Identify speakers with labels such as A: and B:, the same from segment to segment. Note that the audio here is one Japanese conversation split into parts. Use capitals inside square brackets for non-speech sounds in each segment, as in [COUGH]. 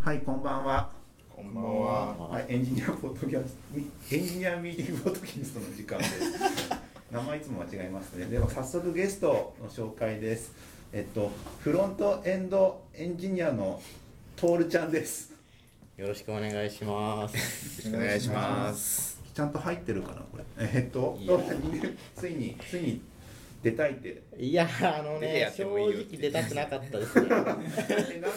A: はい、こんばんは。
B: こんばんは。
A: はい、エンジニアポッドキャスト、エンジニアミーティングポッドキャストの時間です。 [LAUGHS] 名前いつも間違えますね。では早速ゲストの紹介です。えっと、フロントエンドエンジニアのトールちゃんです。
C: よろしくお願いします。
B: お願いします。
A: ちゃんと入ってるかな、これ。えっと、
C: いや
A: トールちゃんにね、ついに、ついに出たいって。
C: [LAUGHS] いやあの
B: 出てや
C: ね
B: って
C: 正
B: もいいよ
C: 直出たくなかった [LAUGHS] ですね。
A: えなんでで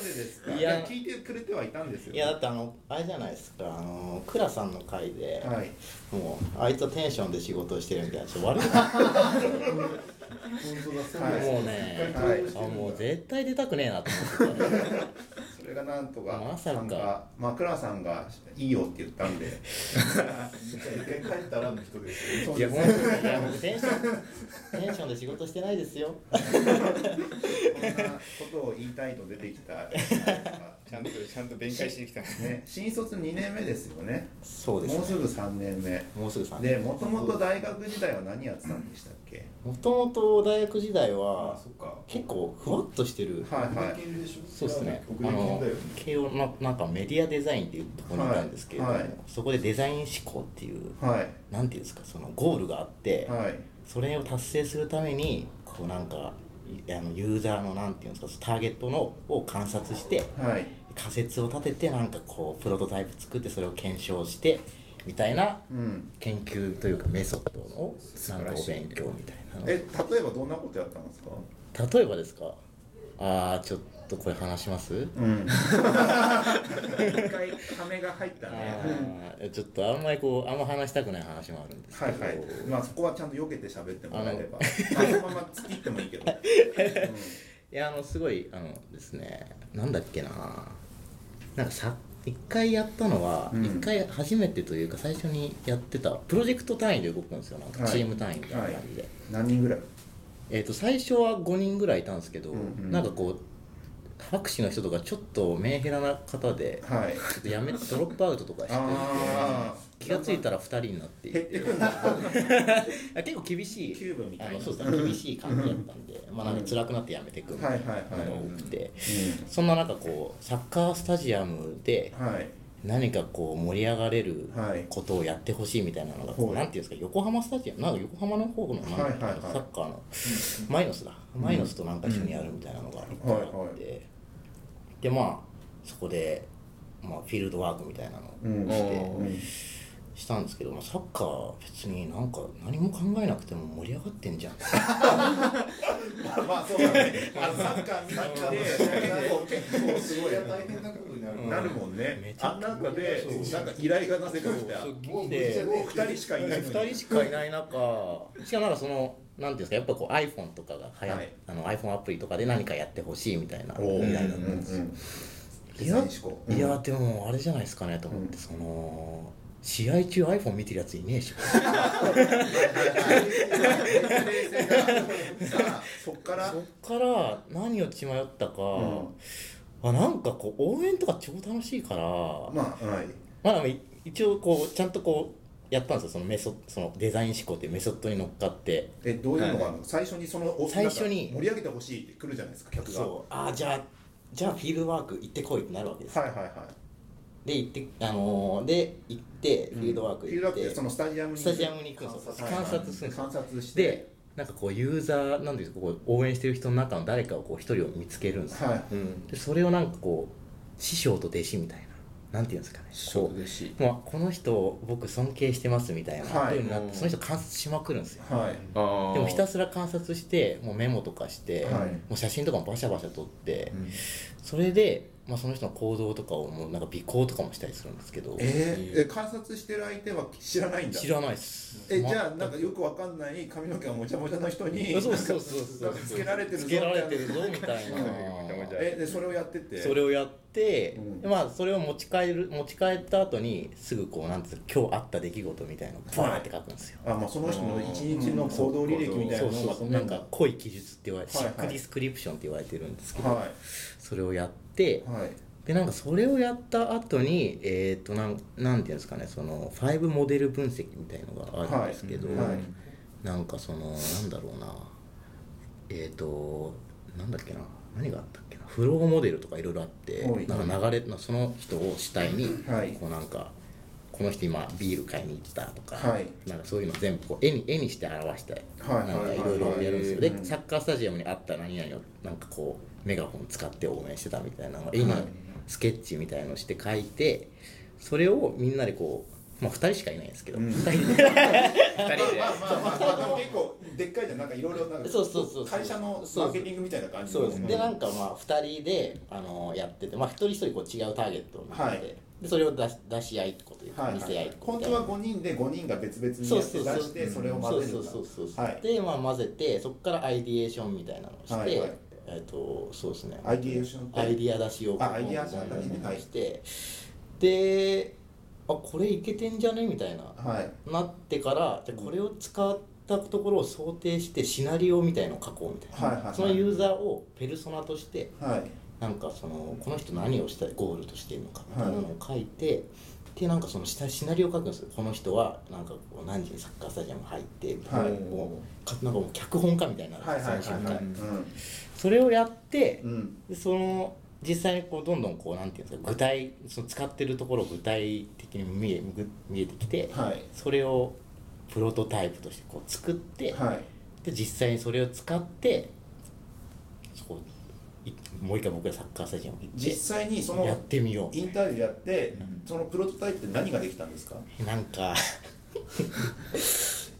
A: すか。い
C: いや
A: や、聞いてくれてはいたんですよ。
C: いやだってあのあれじゃないですかあの倉さんの回で、
A: はい。
C: もうあいつとテンションで仕事をしてるみたいなちょっと悪いな
D: 本当だ、そう
A: はい
C: [LAUGHS] もうね
A: はい
C: あもう絶対出たくねえなと思って
A: それがなんとか
C: まさか
A: なんまあ倉さんがいいよって言ったんで
D: 絶対帰ったらの人ですよ。
C: たいや本当にいや僕テンションテンションで仕事してないですよ
A: こんなことを言いたいと出てきた
B: ちゃんとちゃんと弁解してきた。
A: ね新卒2年目ですよね
C: そうです
A: もうす
C: ね
A: ぐ3年目
C: もうすぐ3
A: で
C: 年
A: もともと大学時代は何やってたんでしたっけ
C: もともと大学時代
D: あ
C: は
D: そっか。
C: 結構ふわっとしてる
A: はいはい
D: 国内系でしょ
C: そうですね。
D: 国
C: あ
D: 内系
C: の
D: だよね。
C: 慶応のなんかメディアデザインっていうところにいたんですけれども、
A: はいはい
C: そこでデザイン思考っていう
A: はい
C: なんていうんですかそのゴールがあって、
A: はい
C: それを達成するためにこうなんかいあのユーザーのなんていうんですかターゲットのを観察して
A: はい
C: 仮説を立ててなんかこうプロトタイプ作ってそれを検証してみたいな
A: うん
C: 研究というかメソッドを
B: 素
C: なん
B: 晴
C: か
B: ら
C: お
B: しい
C: 勉強みたいなの
A: え例えばどんなことやったんですか
C: 例えばですかああちょっとこれ話します
A: うん一回ためが入った
C: あーちょっとあんまりこうあんま話したくない話もあるんですけ
A: はい
C: ど、
A: はい、まあそこはちゃんと避けて喋ってもらえれば、まあそのまま突っ切ってもいいけど、う
C: いやあのすごいあのですねなんだっけななんかさ一回やったのは、
A: うん
C: 一回初めてというか最初にやってたプロジェクト単位で動くんですよなんか
A: はい
C: チーム単位みたいな感じで、
A: ん、何人ぐらい
C: えー、と最初は5人ぐらいいたんですけど、
A: うんうん
C: なんかこう博士の人とかちょっとメンヘラな方で [LAUGHS]
A: はい
C: ちょっとやめドロップアウトとかしていて
A: あー
C: 気がついたら2人になってい
A: 減っててくんだ [LAUGHS]
C: あ結構厳しい
A: キューブみたいな
C: あのそうですね厳しい感じだったんでまあなんか辛くなってやめていくみたいなのが多くて、そんな中こうサッカースタジアムで
A: うんはい
C: 何かこう盛り上がれる
A: はい
C: ことをやってほしいみたいなのが、こ
A: は
C: う
A: い
C: なんていうんですか横浜スタジアムなんか横浜の方のなんか
A: はいはいはい
C: サッカーのマイノスだマイノスとなんか一緒にやるみたいなのが一回あって、
A: はいはい
C: でまあそこで、まあ、フィールドワークみたいなの
A: うん
C: をして、
B: お
A: うん
C: したんですけど、まあ、サッカーは別になんか何も考えなくても盛り上がってんじゃん
A: まあまあそうだねあのサッカー見
D: なんかね
A: て
D: 結構すごい。大変なことになる。
C: うん
A: なるもんね
C: めちゃ
A: あ
C: く
A: ん
C: ちゃ
A: 中でなんか依頼がなぜか来たも
D: もう
C: で
A: う2人しかいないのに
C: 2人しかいない中しかもなんかそのなんていうんですかやっぱこう iPhone とかがはや、
A: はい
C: あの iPhone アプリとかで何かやってほしいみたいな
A: おー
C: 依頼だったんですよ、いや
A: デザイン思考うん
C: いやでもあれじゃないですかねと思って、
A: うん
C: その試合中 iPhone 見てるやついねえし
A: 冷静ださあそっから
C: そっから何を血迷ったか、
A: うん
C: あなんかこう応援とか超楽しいから、まあ、
A: まあはい
C: まあ一応こうちゃんとこうやったんですよそのメソそのデザイン思考っていうメソッドに乗っかって
A: えどういうのがあるの最初にそのお
C: 最初に
A: なんか盛り上げてほしいって来るじゃないですか客が
C: そうああじゃあじゃあフィールドワーク行ってこいってなるわけですよ
A: はいはいはい
C: で行ってあのーで行ってフィールドワー
A: フ
C: ク
A: ィールドワ
C: 行っ
A: ーク
C: て、
A: ってそのスタジアムに
C: スタジアムに行くんですよ
A: 観察
C: 観察するんですよ
A: 観察して
C: でなんかこうユーザーなんていうんですかこう応援してる人の中の誰かをこう一人を見つけるんですよ、
A: はい
B: うん。
C: でそれをなんかこう師匠と弟子みたいななんていうんですかね
B: 小
C: こ
B: 弟子。
C: う、まあ、この人を僕尊敬してますみたいな、
A: はい
C: というのになってその人観察しまくるんですよ
A: はい
B: ああ
C: でもひたすら観察してもうメモとかして、
A: はい
C: もう写真とかもバシャバシャ撮って、それで、まあ、その人の行動とかをもうなんか尾行とかもしたりするんですけど
A: えーえ観察してる相手は知らないんだ
C: 知らないっす
A: えじゃあ
C: 全く
A: なんかよくわかんない髪の毛がもちゃもちゃの人に
C: そうそうそうそ
A: なん
C: う
A: かつけられてるぞ
C: つけられてるぞみたいな
A: えでそれをやってて
C: それをやって、
A: うん
C: でまあそれを持ち帰る持ち帰った後にすぐこうなんていうんですか今日あった出来事みたいなのをバーって書くんですよ、
A: あまあその人の一日の行動履歴みたい
C: そう
A: なの
C: そ
A: が
C: うそうなんか濃い記述って言われて、
A: はいはい
C: シックディスクリプションって言われてるんですけど、
A: は
C: それをやって、
A: いはい
C: でなんかそれをやった後にえっ、となんなんていうんですかねその5モデル分析みたいのがあるんですけど、
A: はいはい
C: なんかそのなんだろうなえっ、となんだっけな何があったっけなフローモデルとかいろいろあって
A: はい
C: なんか流れのその人を主体に、
A: はい
C: こうなんかこの人今ビール買いに行ったとか,、
A: はい
C: なんかそういうの全部こう絵に絵にして表して、
A: はい
C: なんかいろいろやるんですよ、
A: はい
C: でサッカースタジアムにあった何々をなんかこうメガホン使って応援してたみたいなのを絵に
A: はい
C: スケッチみたいのをして描いてそれをみんなでこう、まあ、2人しかいないんですけど、
A: うん
C: 二人で
B: 二人で
D: まあまあまあまあでも結構でっかいじゃんなんかいろいろなんか
C: そうそうそうそう
D: 会社のマーケティングみたいな感じ
C: そうですね、で
D: ん
C: なんかまあ2人であのやってて、まあ、一人一人こう違うターゲットを見てて、
A: はい
C: でそれを出し出し合いっこというか、
A: はい
C: 見せ合いっこ
D: 本
C: と
D: 当は5人で5人が別々に
C: そう
D: やって
C: そう
D: 出
C: そう
D: してそれを混ぜる
C: そうん
D: だ
C: そうそうそう、
D: はい
C: で、まあ、混ぜてそこからアイディエーションみたいなのをして、
A: はいはい
C: えっ、とそうですね
A: アイディエーションって
C: アイディア出しを
A: あアイディア出しね
C: ボンボンボンボン
A: はい
C: して、であこれいけてんじゃねみたいな
A: はい
C: なってからじゃあこれを使ったところを想定してシナリオみたいのを書こうみたいな、
A: はいはいはい
C: そのユーザーをペルソナとして
A: はい
C: なんかそのこの人何をしたいゴールとしてるのかみたいなのを書いて、でなんかその下シナリオを書くんですよこの人はなんかこう何時にサッカースタジアム入ってみたいな,、
A: はい
C: もうかなんかもう脚本家みたいになるん
A: はい
C: です
A: はいは
C: よ、
A: い
C: その瞬
A: は
C: 間、
A: い
C: それをやって
A: う、ん
C: でその実際にこうどんどんこうなんていうんですか具体その使ってるところを具体的に見えぐ見えてきて、
A: はい
C: それをプロトタイプとしてこう作って、
A: はい
C: で実際にそれを使ってそこいもう一回僕がサッカースタジアム行って
A: 実際にその
C: やってみよ
A: インタビューやってそのプロトタイプって何ができたん
C: [LAUGHS]
A: ですか
C: うなんか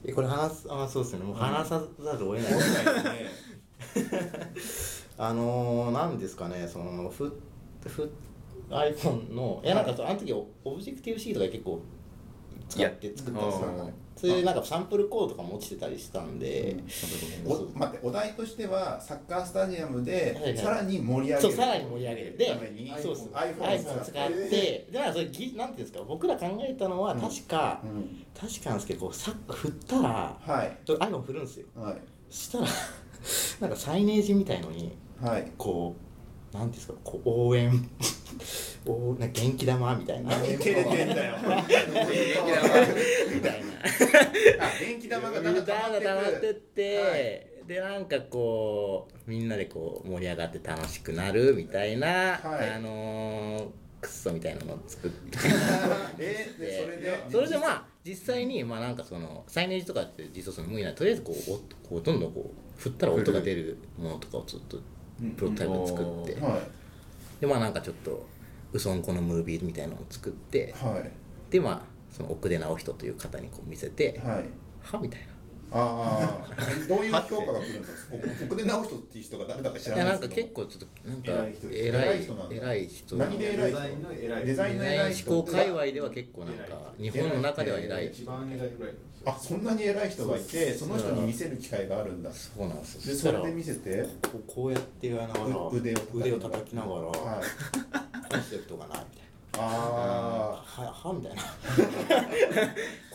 C: えこれ話すあそうですねもう話さざるを得ない、あのー、なんですかねそのふふ iPhone のいやなんかそうあの時オオブジェクティブ C とか結構使って作ったんです
B: いや
C: よそれでなんかサンプルコードとかも落ちてたりしたんで、
A: お待ってお題としてはサッカースタジアム
C: はいは
A: で
C: い
A: さらに盛り上げ
C: そ
A: る
C: うさらに盛り上げる
A: ために
C: でそうそう
D: iPhone を
C: iPhone を
D: 使って
C: 使ってでなんかそれぎなんていうんですか僕ら考えたのは確か、
A: うん
C: 確かなんですけどこうサッカー振ったら
A: はい
C: ちょっと iPhone 振るんですよ
A: はい
C: そしたら [LAUGHS] なんかサイネージみたいのに
A: はい
C: こうなんていうんですかこう応援 [LAUGHS] 応なんか元気玉みたいな
A: 何照れてん [LAUGHS] だよ
C: みたいな
A: あ元気玉が
C: だ
A: なん
C: ら
A: か
C: だら
A: 溜ま
C: っ
A: って
C: てっ
A: く
C: て、でなんかこうみんなでこう盛り上がって楽しくなるみたいな、
A: はい
C: あのークッソみたいなのを作って
A: えーでそれで
C: それでまあ実際にまあなんかそのサイネージとかって実装するの無理ないとりあえずこうおこうどんどんこう振ったら音が出るものとかをちょっとプロトタイプで作って、
A: は
C: でまあなんかちょっとウソンコのムービーみたいなのを作って
A: いはい
C: でまあその奥出直人という方にこう見せて
A: はい
C: はみたいな。
A: ああ [LAUGHS] どういう評価が来るんですか僕で直人っていう人が誰だか知
C: い
A: ら
C: や
A: ない
C: なんん
A: で
C: か
A: すけ
C: 結
A: ど
C: 構ちょっとなんか
D: 偉い人
C: 偉
A: 偉い
C: い
A: 人なんだ何
C: 偉い人
A: で偉い人
D: デザインの偉い
A: デザインの偉
C: 偉
A: い
C: い
A: 人
C: 思考界隈では結構なんか日本の中では偉い
D: 一番偉いぐらい
A: あそんなに偉い人がいてその人に見せる機会があるんだで
C: そうなんですよそし
A: そ
C: たら
A: れ
C: こ
A: で見せて
C: うこうやってやりながら
A: う腕を叩きながら
C: 腕を叩きながら
A: はい
C: コンセプトがないみたいな
A: あ
C: ははみたいな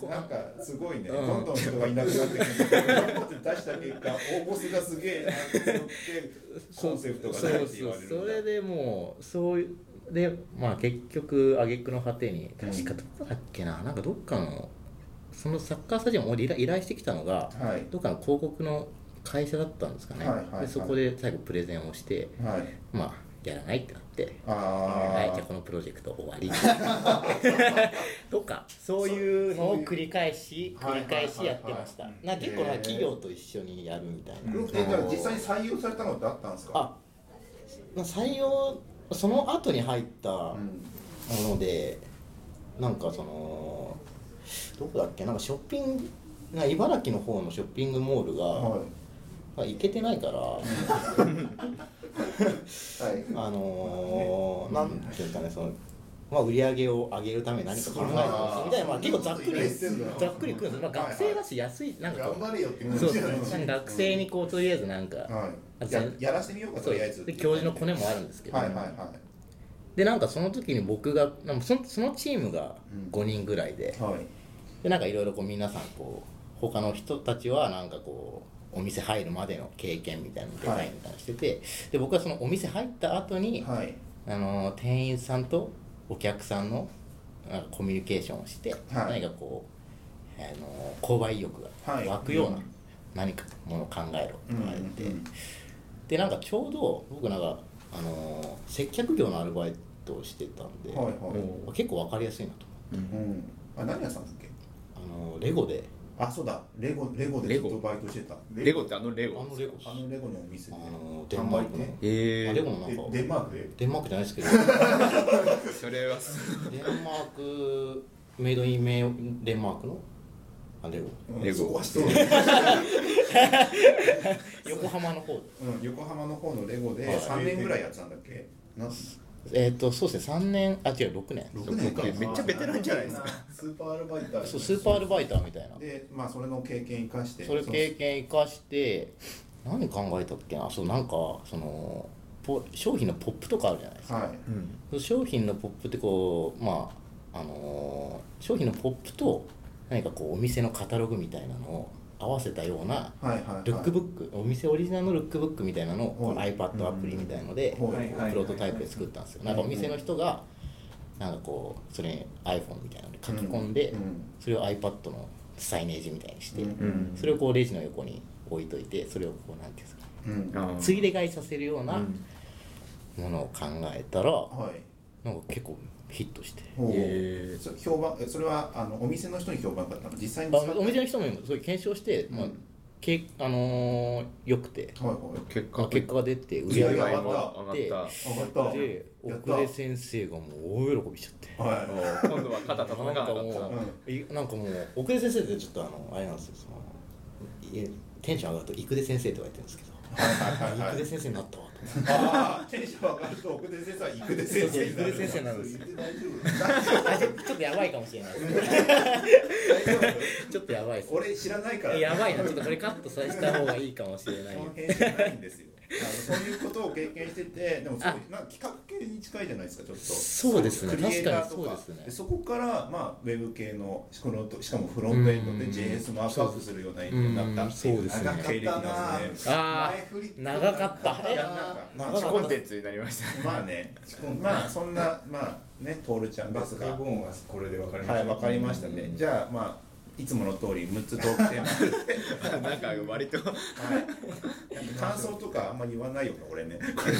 A: あなんかすごいね、
C: うん
A: どんどん人がいなくなってきて頑張って出した結果応募数がすげえなって思ってコンセプトがないって言われるんだ
C: そうそうそれでもうそういうでまあ結局挙句の果てに
A: うん
C: 確かどこだっけな、なんかどっかのそのサッカースタジアムを依頼依頼してきたのが
A: はい
C: どっかの広告の会社だったんですかね、
A: はいはいはい
C: でそこで最後プレゼンをして
A: はい
C: まあやらないってなって
A: ああ
C: はい、じゃあこのプロジェクト終わ
A: [LAUGHS]
C: りとかそういうのを繰り返し
A: そうい
C: 繰
A: う
C: り返しやってました
A: はいはいはい
C: なんか結構な
A: へー
C: 企業と一緒にやるみたいな、
A: 黒木店じゃあ実際に採用されたのってあったんですか
C: あまあ採用その後に入った
A: う
C: も
A: ん
C: ので、なんかそのどこだっけなんかショッピングな茨城の方のショッピングモールが、
A: は
C: まあ、行けてないから
A: いはい
C: あのー、なんていうんですかねそのまあ、売り上げを上げるために何か考えてますみたいな、まあ、結構ざっくりざっくりくるんです、まあ、学生だし安いなんかこ
D: 頑張れよって感
C: うそ
D: じ
C: う
D: じゃ
C: な
D: ない
C: んか学生にこうとりあえずなんか、
A: はいややらせてみようか
C: そ
A: と
C: う
A: りあえず
C: で教授のコネもあるんですけど、
A: はいはいはい
C: でなんかその時に僕がなんかそのそのチームが5人ぐらいで、
A: はい
C: でなんかいろいろこう皆さんこう他の人たちはなんかこうお店入るまでの経験みたいなデザインみたいなのしてて、で僕はそのお店入った後に、
A: はい
C: あの店員さんとお客さんのなんかコミュニケーションをして、
A: はい
C: 何かこうあの購買意欲が
A: はい
C: 湧くよう
A: う
C: な何かものを考えろって言われて、
A: うんうんうん
C: でなんかちょうど僕なんか、あのー接客業のアルバイトをしてたんで、
A: はいはい
B: お
C: 結構わかりやすいなと
A: うんあ何屋さんだっけ
C: 思うあのーレゴで
A: あそうだレゴレゴでずっ
B: レ
A: と
B: ゴ
A: バイトしてた
B: レゴってあのレ
C: あ
B: ゴ
C: のレゴ
A: あのレゴのお店
C: あ
A: で
C: のーデンマークの、
D: 販
B: え
C: あレゴのなん
D: え
C: か
D: デンマークで
C: デンマークじゃないですけど
B: ー、それはす
C: デンマークメイドインメイデンマークのあレゴ
A: うん
B: レゴ
A: そこは知ってる
C: 横浜の方
A: うん横浜の方のレゴで
C: はい
A: 3年ぐらいやってたんだっけな
C: えっ、とそうですね3年あ違う6年
A: 6年か
B: めっちゃベテランじゃないですか
D: スーパーアルバイター
C: そうスーパーアルバイターみたいな
A: でまあそれの経験生かして
C: それ経験生かして何考えたっけなそうなんかそのポ商品のポップとかあるじゃないですか
A: は
B: うん
C: 商品のポップってこうまああのー商品のポップと何かこうお店のカタログみたいなのを合わせたようない
A: はいはいはい
C: ルックブック、お店オリジナルのルックブックみたいなのをこの
A: はい
C: iPad アプリみたいので
A: ほう
D: はいはい
C: プロトタイプで作ったんですよなんかお店の人がなんかこうそれに iPhone みたいなので書き込んで、
A: うんうん
C: それを iPad のサイネージみたいにして、
A: うん
C: それをこうレジの横に置いといてそれをこうなんていうんですかね
A: うん
B: あー
C: ついで買いさせるような
B: うん
C: ものを考えたら、
A: はい
C: なんか結構ヒットして。
A: ほう
B: へー
A: そ評判えそれはあのお店の人に評判だったの実際に
C: まあ
A: 使った
C: お店の人もすごい検証して、まあ
A: うん
C: けあのー、よくて、
A: はいはい
B: 結
C: まあ、
B: 果
C: 結果が出て売
A: 上
C: り
A: が
C: 上
A: 上
C: げ
A: がった
B: 上がった
A: 上がった
C: で
A: やっ
C: 奥
A: た
C: 出先生がもう大喜びしちゃって
A: は
B: 今度は肩たたま
C: なん
B: なか
C: か
B: っ
C: もういなんかもう奥出先生ってちょっとあのあれなんですよそのいテンション上がると「育出先生」とか言ってるんですけど
A: いはい
C: 育出先生になったわと思って
A: いああテンション上がると奥出先生は行くで先生にな
C: そ
A: る
C: うそう育出先生なんですよ
D: 言って大丈
C: あちょちょっとやばいかもしれないですね [LAUGHS] ちょっとやばいです
A: 俺知らないから
C: やばいなちょっとこれカットさした方がいいかもしれない
A: その辺じゃないんですよあのそういうことを経験しててでもそうなんか企画系に近いじゃないですかちょっと
C: そうです
A: ク
C: ね
A: リエイターと
C: 確かにそうですね
A: そこから、まあ、ウェブ系のしかもしかもフロントエンドで
C: うん
A: JS もアップアップするようなエンジンになったっていう
C: うんそうですね
A: 長か経歴なんですね
C: あ
D: 前振り
C: あ長かった
A: いや
C: え
A: なんかま
B: たコンテンツになりました
A: あまあねまあそんなまあねトールちゃん
D: 夫バ
A: です
D: ス
A: が
D: カーボンはこれで分かりました
A: はいわかりましたねじゃあまあいつもの通り6つトークテー
C: [LAUGHS]
A: マ
B: なんか割と
A: はいなんか感想とかあんまり言わないよな俺ねこれ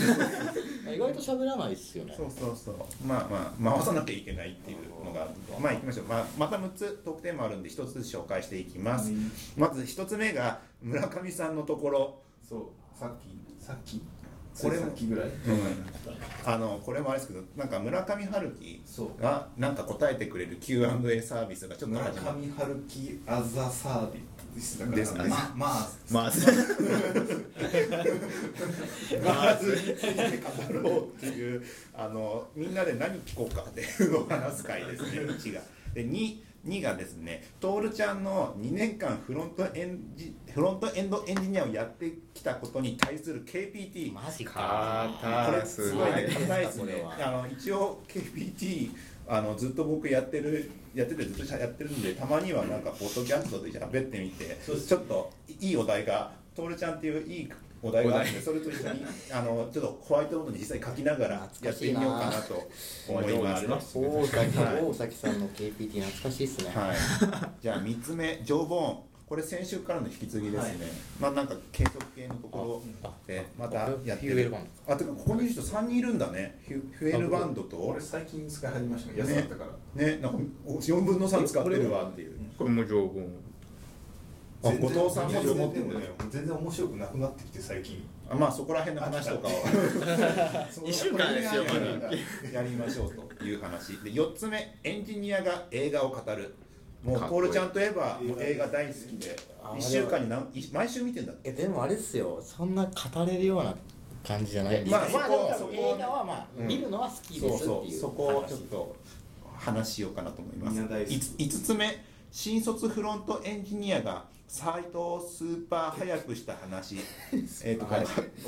A: ね
C: 意外と喋らないっすよね
A: そうそうそうまあまあ回さなきゃいけないっていうのがあるのでまあ行きましょう、まあ、また6つ特典もあるんで1つずつ紹介していきます、
D: うん
A: まず1つ目が村上さんのところ
D: そうさっきさっき
A: これも
D: さっきぐらい、
A: あのこれもあれですけどなんか村上春樹
D: そう
A: がなんか答えてくれる Q&A サービスがちょっと
D: 村
A: 始まっ
D: 上春樹アザサービスだから
A: ですね
D: ままあ
B: まあ
A: まずについて語ろうっていうあのみんなで何聞こうかっていうのを話す会ですね1が。で 2, 2がですね徹ちゃんの2年間フロントエンジフロントエンドエンジニアをやってきたことに対する KPT。
C: マジ
B: か
C: か
A: こ
B: た
A: れ
B: す
A: す
B: ご
A: ご
B: い
A: い
B: ね
A: ね硬いです
C: これ
A: ね
C: は
A: あの一応 KPT あのずっと僕やってるやっててずっとしゃやってるんでたまにはなんかポッドキャストで喋ってみて
D: そうです
A: ちょっといいお題がトールちゃんっていういいお題があるんでそれと一緒にあのちょっとホワイトボードに実際書きながらやってみようかなと思います。
C: 大崎
A: はい
C: 大崎さんの KPT 懐かしいっすね
A: はい、じゃあ3つ目、ジョーボーン、これ、先週からの引き継ぎですね、
D: はい
A: まあなんか継続系のとこ
C: あ
A: ろ
C: あ
A: で、またやって
C: ヒューエルバン
A: あてか、ここにいる人3人いるんだね、ヒュヒュエルバンドと
D: 俺、最近使い始めましたね安かったから、
A: ね、なんかお4分の3使ってるわっていう、
B: これも情報
A: あ
D: 全然
A: 後藤さんも
D: 全然
A: 持ってんだよ
D: 全然面白くなくなってきて最近
A: あまあそこら辺の話とかを [LAUGHS]
B: 一週間ですよまだ
A: やりましょうという話、で4つ目、エンジニアが映画を語る。もう
B: かっ
A: ト
B: こ
A: ー
B: いい
A: ルちゃんといえばもう映画大好きで
C: あ
A: 1週間に何い毎週見てんだって
C: えでもあれっすよそんな語れるような感じじゃない
A: まあ
C: まあでも多
A: そこ
C: 分
A: そこ
C: 映画はまあ
A: うん
C: 見るのは好き
A: そ
C: で
A: う
C: すって
A: そう
C: いう
A: そこをちょっと話しようかなと思いま
D: みんな大好
A: す
D: き
A: いつ5つ目新卒フロントエンジニアがサイトをスーパー早くした
C: [LAUGHS]
A: 話えっとこれ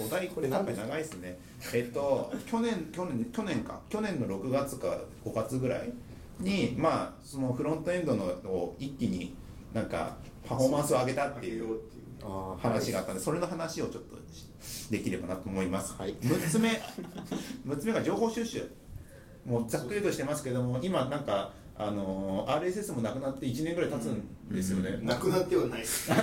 A: お題これなんか長いですねえっと去年去年去年か去年の6月か5月ぐらいにまあそのフロントエンドのを一気になんかパフォーマンスを上げたっていう
C: あー
A: 話があったんでそれの話をちょっとしできればなと思います、
C: はい
A: 6つ目6つ目が情報収集もうざっくりとしてますけども今なんかあの RSS もなくなって1年ぐらい経つんですよね、
D: なくなってはないです。
A: あ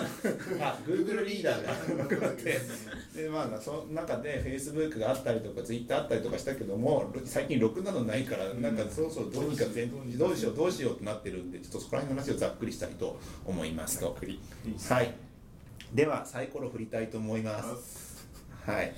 A: Google リーダーが
D: なくなってないです
A: でまあその中で Facebook があったりとか Twitter あったりとかしたけども最近ろくなのないからなんかそろそろどうにか全どうしようどうしようとなってるんでちょっとそこら辺の話をざっくりしたいと思いますとはいではサイコロ振りたいと思いますはい